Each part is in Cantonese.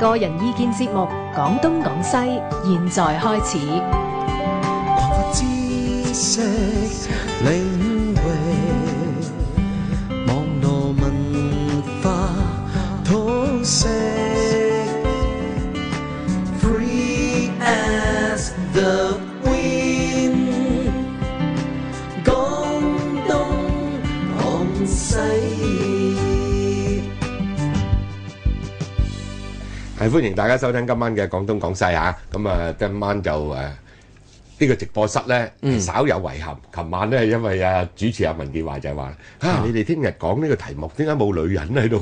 個人意見節目《廣東廣西》，現在開始。擴闊知識領域，網絡文化通識，Free as the wind。廣東廣西。係歡迎大家收聽今晚嘅廣東廣西啊！咁啊，今晚就誒呢個直播室咧稍有遺憾，琴晚咧因為啊主持阿文傑華就係話啊，你哋聽日講呢個題目點解冇女人喺度？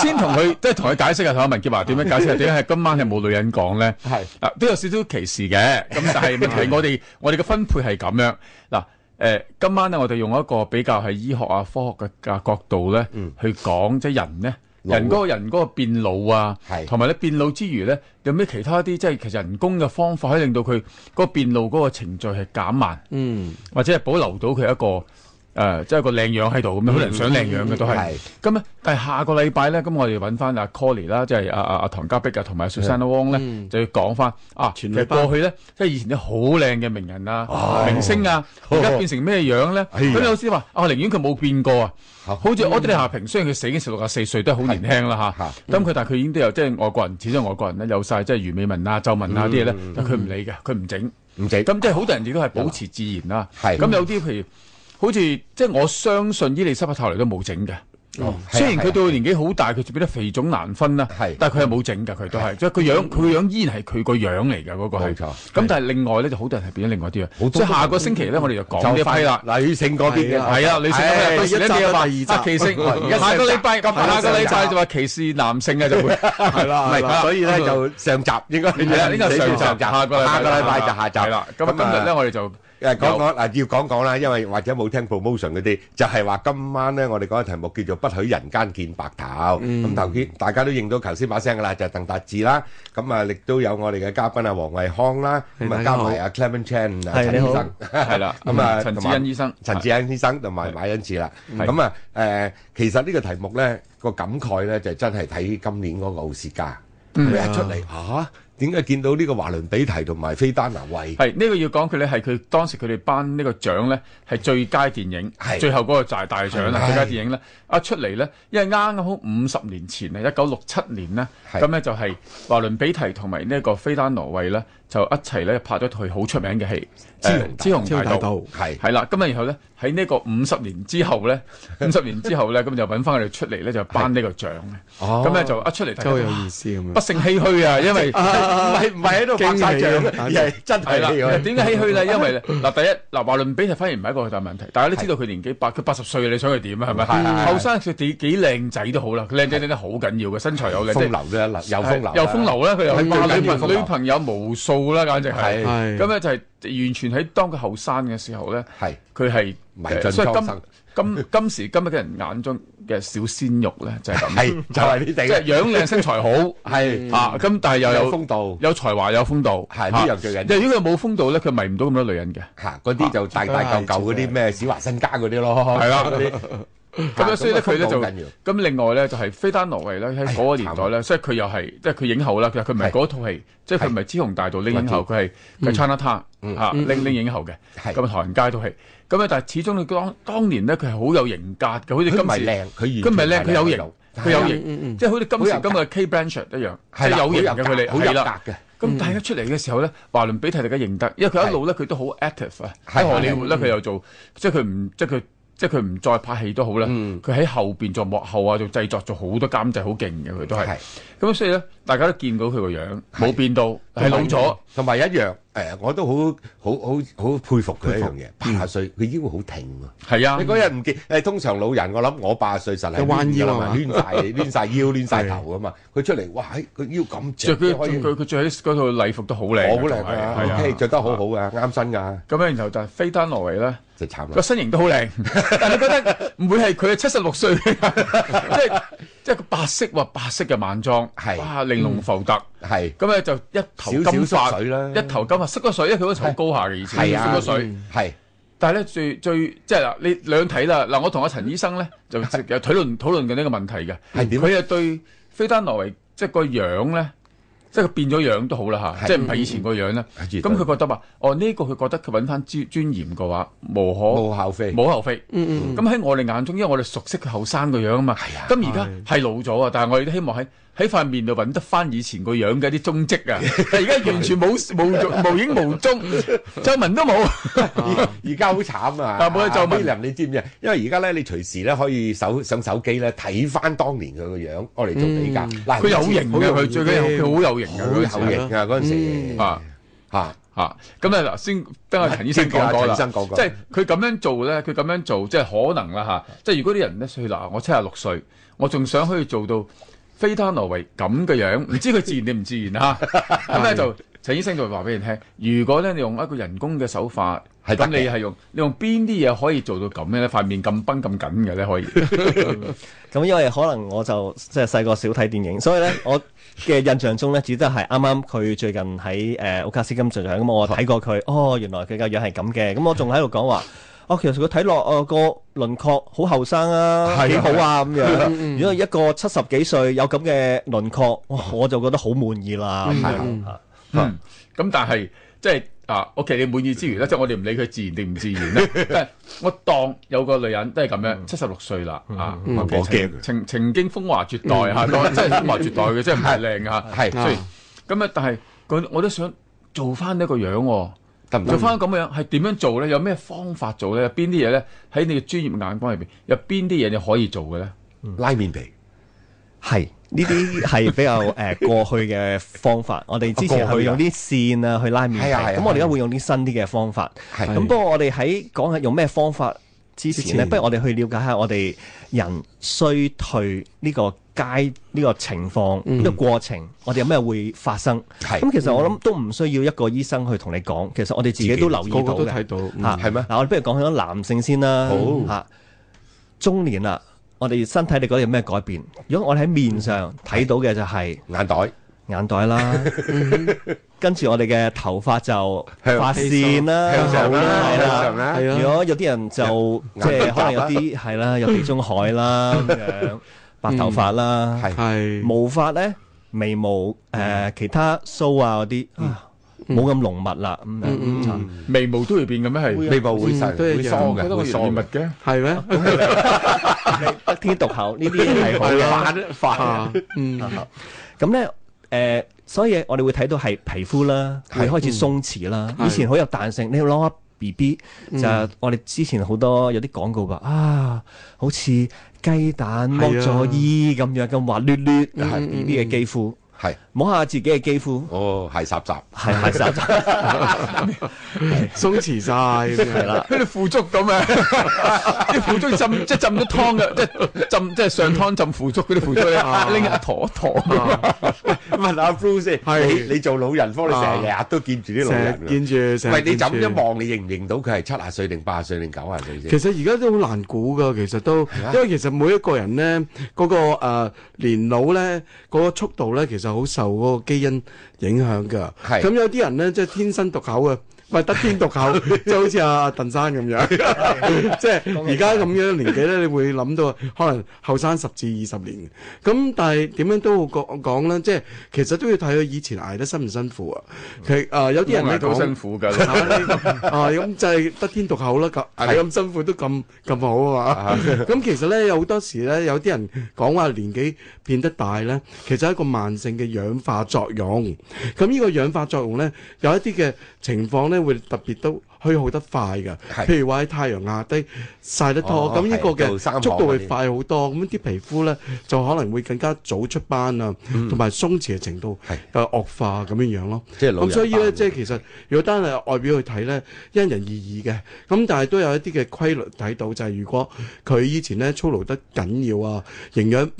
先同佢 即係同佢解釋啊，同阿文傑華點樣解釋啊？點解係今晚 係冇女人講咧？係嗱，都有少少歧視嘅。咁但係問題，我哋我哋嘅分配係咁樣嗱。誒、今晚咧，啊我哋用一個比較係醫學啊、科學嘅嘅角度咧，去講即係人咧，老人嗰個人嗰個變老啊係，同埋咧變老之餘咧，有咩其他啲即係其實人工嘅方法可以令到佢嗰個變老嗰個程序係減慢，嗯，或者係保留到佢一個誒、即係個靚樣喺度咁樣，可能想靚樣嘅都係嗯係。咁咧，但係下個禮拜咧，咁我哋揾翻阿 Colly 啦，即係阿阿阿唐家碧啊，同埋 Susanna Wong 咧，嗯就要講翻啊，其實過去咧，即係以前啲好靚嘅名人啊、明星啊，而家變成咩樣咧？哎呀咁有啲話啊，寧願佢冇變過啊，好好似柯迪夏平，雖然佢死已經十六啊四歲，都係好年輕啦係嚇。咁佢但係佢已經都有即係外國人，始終外國人咧有晒即係魚美文啊、皺紋啊啲嘢咧，嗯但佢唔理嘅，佢唔整。唔使咁即係好多人亦都係保持自然啦。係咁有啲譬如好似即係我相信伊利沙伯泰嚟都冇整嘅。哦係啊雖然係佢啊到年紀好大，佢就變得肥腫難分啦係，但係佢係冇整㗎，佢都係，即係佢樣佢樣依然係佢個樣嚟㗎嗰個係。冇錯咁但係另外咧，就好多人係變咗另外啲好樣。多所以下個星期咧，我哋就講呢一批啦。女性嗰邊係嘅啊係啊，你成唉日到時咧，一集你又話到第二集啊歧視，一集下個禮拜，下個禮下拜集就話歧視男性嘅啊就會。係啦，唔係啦係，所以咧就上集應該係啦，呢個係上集，下下個個禮拜禮拜就下集係啦，咁啊，今日咧我哋就誒講講嗱，要講講啦，因為或者冇聽 promotion 嗰啲，就係話今晚咧，我哋講嘅題目叫做不許人間見白頭。咁頭先大家都認到頭先把聲噶啦，就係鄧達智啦。咁啊，亦都有我哋嘅嘉賓啊，黃惠康啦，咁啊大加家好埋阿 Clement Chan à, 啊，係陳你好醫生。係啦，咁啊陳同志埋恩醫生，陳志欣醫生同埋馬恩賜啦。係咁啊誒，其實呢個題目咧個感慨咧就真係睇今年嗰個奧斯卡，佢嗯一出嚟嚇，點解見到呢個華倫比提同埋菲丹拿惠係呢個要講佢咧，係佢當時佢哋頒呢個獎咧，係最佳電影係，最後嗰個就係大獎啦，係最佳電影咧一出嚟咧，因為啱啱好五十年前啊，一九六七年咧，係咁咧就係華倫比提同埋呢一個菲丹挪威咧，就一齊咧拍咗套好出名嘅戲雌誒雄雌超雄大大道道。係？係啦，咁啊，然後咧喺呢個五十年之 後咧，五十年之後咧，咁就揾翻佢哋出嚟咧，就頒呢個獎嘅。哦咁咧就一出嚟，真係大家好都有哇意思咁不樣。勝唏噓啊，因為。唔係唔係喺度拍晒仗，驚喜啊而係真係 係啦，嚟㗎點解唏噓咧？因為呢嗱，第一嗱，華倫比特反而唔係一個好大問題，大家都知道佢年紀八，佢八十歲，你想佢點啊？係係咪？係後生佢幾幾靚仔都好啦，佢靚仔靚得好緊要嘅，身材又靚，即風係流啫，流有風流，啊有風，流啦，佢又係最緊要女風朋流女朋友無數啦，簡直係。係係咁咧就係完全喺當佢後生嘅時候咧，係佢係迷盡呃所以蒼今生今今時今日嘅人眼中嘅小鮮肉咧就係 咁，係就係呢即啲係嘅，樣靚身材好係啊，咁但係又又有啊有風度有才華有風度，係呢啊樣最緊要即係如果佢冇風度咧，佢迷唔到咁多女人嘅。嚇，嗰啲就大大嚿嚿嗰啲咩小華新家嗰啲咯，係啦嗰啲咁啊咧，所以咧咁佢啊咧就風度好緊哎咁另外咧就係菲丹諾維咧喺嗰個年代咧，所以佢又係即係佢影后啦，佢佢唔係啊係嗰套戲，即係佢唔係《雌雄大道》拎影后，佢係嗯佢 China Town 嚇拎拎影后嘅，係咁啊唐人街套戲。咁啊，但係始終佢當當年咧，佢係好有型格嘅，好佢似今唔係時靚，佢佢唔係靚，佢有喺型度，佢有型，即係好似今好時有格今日嘅 K Blanchett 一樣，即係係啦有型嘅好佢有哋格好有係啦格嘅。咁大家出嚟嘅時候咧，華倫比提大家認得，因為佢一路咧佢都好 active 啊，係嗯喺荷里活咧佢又做，即係佢唔即係佢即係佢唔再拍戲都好啦，嗯佢喺後邊做幕後啊，做製作，做好多監製，好勁嘅佢都係係。咁所以咧，大家都見到佢個樣冇變到，係老咗，同埋一樣誒，我都好好好好佩服佢一樣嘢，八十歲佢腰好挺啊！係啊你。嗰日唔見誒，通常老人我諗我八十歲實係有彎腰啊嘛攣晒攣晒腰攣晒頭噶嘛，佢出嚟哇，喺個腰咁着直佢可以佢佢着起嗰套禮服都好靚嘅，我好靚同埋啊係啊，OK，着得好好啊，啱身㗎，咁樣然後但係飛丹挪威咧。就慘個啦。身形都好 靚，但係你覺得唔會係佢係七十六歲，即係即係個白色喎，白色嘅晚裝，係哇玲瓏浮突，係咁啊咧就一頭金少髮，少縮水啦一頭金髮，濕咗水，因為佢嗰時好高下嘅以前，係啊濕咗水。係但係咧最最即係嗱，你兩睇啦，嗱我同阿陳醫生咧就有討論討論緊呢個問題嘅，係點啊佢係對菲丹挪維。即係個樣咧，即係佢變咗樣都好啦係嗯嚇，即係唔係以前個樣咧。絕對咁佢覺得話，哦呢個佢覺得佢揾翻尊尊嚴嘅話，無可冇效飛，無可厚非。Ừ, 咁喺我哋眼中，因為我哋熟悉佢後生個樣嗯啊嘛。咁而家係老咗啊，但係我哋都希望喺喺塊面度揾得翻以前個樣嘅一啲蹤跡 啊。但係而家完全冇冇無影無蹤，皺紋 都冇。而家好慘啊！啊冇得皺紋 William，你知唔知啊？因為而家咧，你隨時咧可以手上手機咧睇翻當年佢個樣，我嚟做比較。嗱佢有型嘅，好佢最緊要佢好有型嘅，有佢好有型啊！嗰陣時啊。嚇嚇！咁啊嗱，先等阿陳醫生先講 阿講過陳啦，醫生講過即係佢咁樣做咧，佢咁樣做即係可能啦嚇、即係如果啲人咧，譬如嗱，我七十六歲，我仲想可以做到飛單挪維咁嘅樣，唔 知佢自然定唔自然嚇。咁咧就陳醫生就話俾你聽，如果咧你用一個人工嘅手法，係得咁嘅你係用你用邊啲嘢可以做到咁嘅咧？塊面咁崩咁緊嘅咧可以？咁因為可能我就即係細個少睇電影，所以咧我嘅印象中咧，只得係啱啱佢最近喺誒奧卡斯金像獎咁，我睇過佢，哦，原來佢個樣係咁嘅，咁我仲喺度講話。哦，其實佢睇落誒個輪廓好後生啊，幾好啊咁樣。如果一個七十幾歲有咁嘅輪廓，哇我就覺得好滿意啦。咁樣啊嗯，咁但係即係啊，OK，你滿意之餘嗯咧，即係我哋唔理佢自然定唔自 然咧，但係我當有個女人都係咁樣，七十六歲啦，啊，OK，嗯我驚嗯曾曾曾經風華絕代嚇，當真係風華絕代嘅，即係唔係靚嚇， 係雖然咁啊，但係佢我都想做翻呢個樣喎。得唔做得？翻咁樣係點樣做咧？有咩方法做咧？有邊啲嘢咧？喺你嘅專業眼光入邊，有邊啲嘢你可以做嘅咧？拉面皮，係呢啲係比較誒、 呃、過去嘅方法，我哋之前係會用啲線啊去拉面係啊係啊皮，咁我哋而家會用啲新啲嘅方法。係咁不過我哋喺講下用咩方法之前之呢，前不如我哋去了解下我哋人衰退呢個階呢、個情況呢、個過程，我哋有咩會發生？嗯係咁其實我諗都唔需要一個醫生去同你講，其實我哋自己自己都留意個個到都嘅睇。到，嗯嚇係咩嗱，我哋不如講咗男性先啦。好嚇，中年啦，我哋身體你覺得有咩改變？如果我哋喺面上睇到嘅就係眼袋。眼袋啦，跟住我哋嘅頭髮就向髮線啦，向上啦係向上啦係啊如果有啲人就眼即係可眼能有角啦啲係啦，有地中海啦咁樣，白頭髮啦，係係毛髮咧、眉毛誒、呃其他須啊嗰啲啊冇咁濃密啦咁樣。啊眉毛都會變嘅咩？係眉毛嗯會細，嗯都一樣會疏我嘅，覺得我會疏越嚟越密嘅。嘅。係咩？得天獨厚，呢啲係好嘅。係啊，嗯，咁咧，誒、所以我哋會睇到係皮膚啦，會開始鬆弛啦。嗯以前好有彈性，你要攞下 B B 就係我哋之前好多有啲廣告話啊，好似雞蛋剝咗啊衣咁樣咁滑捋捋，嗯係 B B 嘅肌膚，係摸下自己嘅肌膚，哦，係雜雜。係係實 在鬆弛晒咁樣 係啦。佢哋腐竹咁啊！啲腐竹浸即係浸咗湯嘅，即係浸即係上湯浸腐竹嗰啲腐竹咧，啊拎一坨一坨咁啊。問阿 Bruce 先係你你做老人科，你成日都見住啲老成人啊日㗎。見住，成日喂，你就咁見住一。望，你認唔認到佢係七啊歲定八啊歲定九啊歲先其？實而家都好難估㗎，其實都啊，因為其實每一個人咧，嗰、個誒、呃、年老咧，嗰、個速度咧，其實好受嗰個基因影響㗎。係咁有啲人咧，即係天生獨 厚嘅，唔係得天獨厚，即係好似阿鄧生咁樣，即係而家咁樣年紀咧，你會諗到可能後生十至二十年。咁但係點樣都好講講啦，即係其實都要睇佢以前捱得辛唔辛苦啊。其誒、呃有啲人咧都好講辛。苦㗎。啊，咁就係得天獨厚啦，咁係咁辛苦都咁咁好啊嘛。咁其實咧，有好多時咧，有啲人講話年紀變得大咧，其實係一個慢性嘅氧化作用。咁呢個氧化作用咧，有一啲嘅情況咧，會特別都虛耗得快㗎。係譬如話喺太陽下低曬得多，哦咁呢個係做生嘅網速度會嗰啲快好多，咁啲皮膚咧就可能會更加早出斑啊，同埋鬆弛嘅程度係又惡化咁樣樣咯。即係老人咁所以咧，斑即係其實如果單係外表去睇咧，因人而異嘅。咁但係都有一啲嘅規律睇到，就係、如果佢以前咧操勞得緊要啊，營養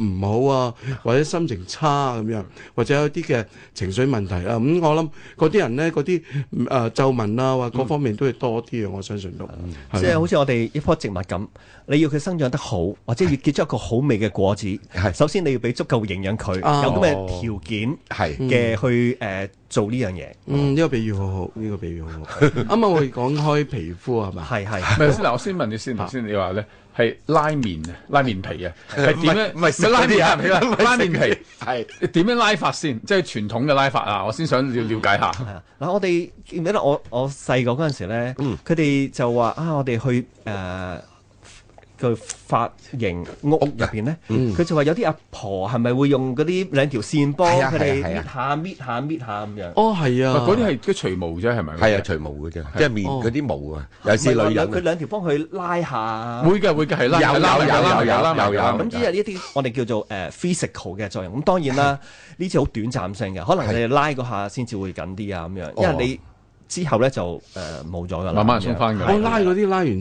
唔好啊，或者心情差啊咁樣，或者有啲嘅情緒問題啦。啊咁、我諗嗰啲人咧，嗰啲誒皺紋啊，或各方面都會多啲啊嘅。我相信都嗯啊即係好似我哋一棵植物咁，你要佢生長得好，或者要結出一個好味嘅果子係，首先你要俾足夠營養佢，啊有咁嘅條件係嘅去誒做呢樣嘢，嗯，呢、個比喻好好，呢、個比喻好好。啱啱我哋講開皮膚係嘛？係係。咪先嗱，我先問你先，頭先你話咧係係拉麵啊，拉麵皮啊，係點樣？啊唔係食拉嗰啲啊麵皮啦，唔係食拉麵皮係點樣拉法先？即係傳統嘅拉法啊，我先想嗯了了解下。係啊，嗱，我哋記唔記得我我細個嗰陣時咧，嗯佢哋、就話啊，我哋去誒。呃個髮型屋入邊咧，佢、嗯就話有啲阿婆係咪會用嗰啲兩條線幫係啊佢哋係啊係啊搣下搣下搣下咁樣？哦，係啊，嗰啲係即係除毛啫，係咪？係啊，除毛嘅啫，即係面哦嗰啲毛啊，尤其是唔係話女人兩啊佢兩條幫佢拉下。會嘅會嘅係啦，有有係啦係啦有有係啦有有係啦咁呢係呢啲我哋叫做誒 physical 嘅作用。咁當然啦，呢次好短暫性嘅，可能你拉嗰下先至會哦緊啲啊咁樣，因為你之後咧就誒冇咗噶啦。啊慢慢鬆翻㗎啦我拉嗰啲拉完之後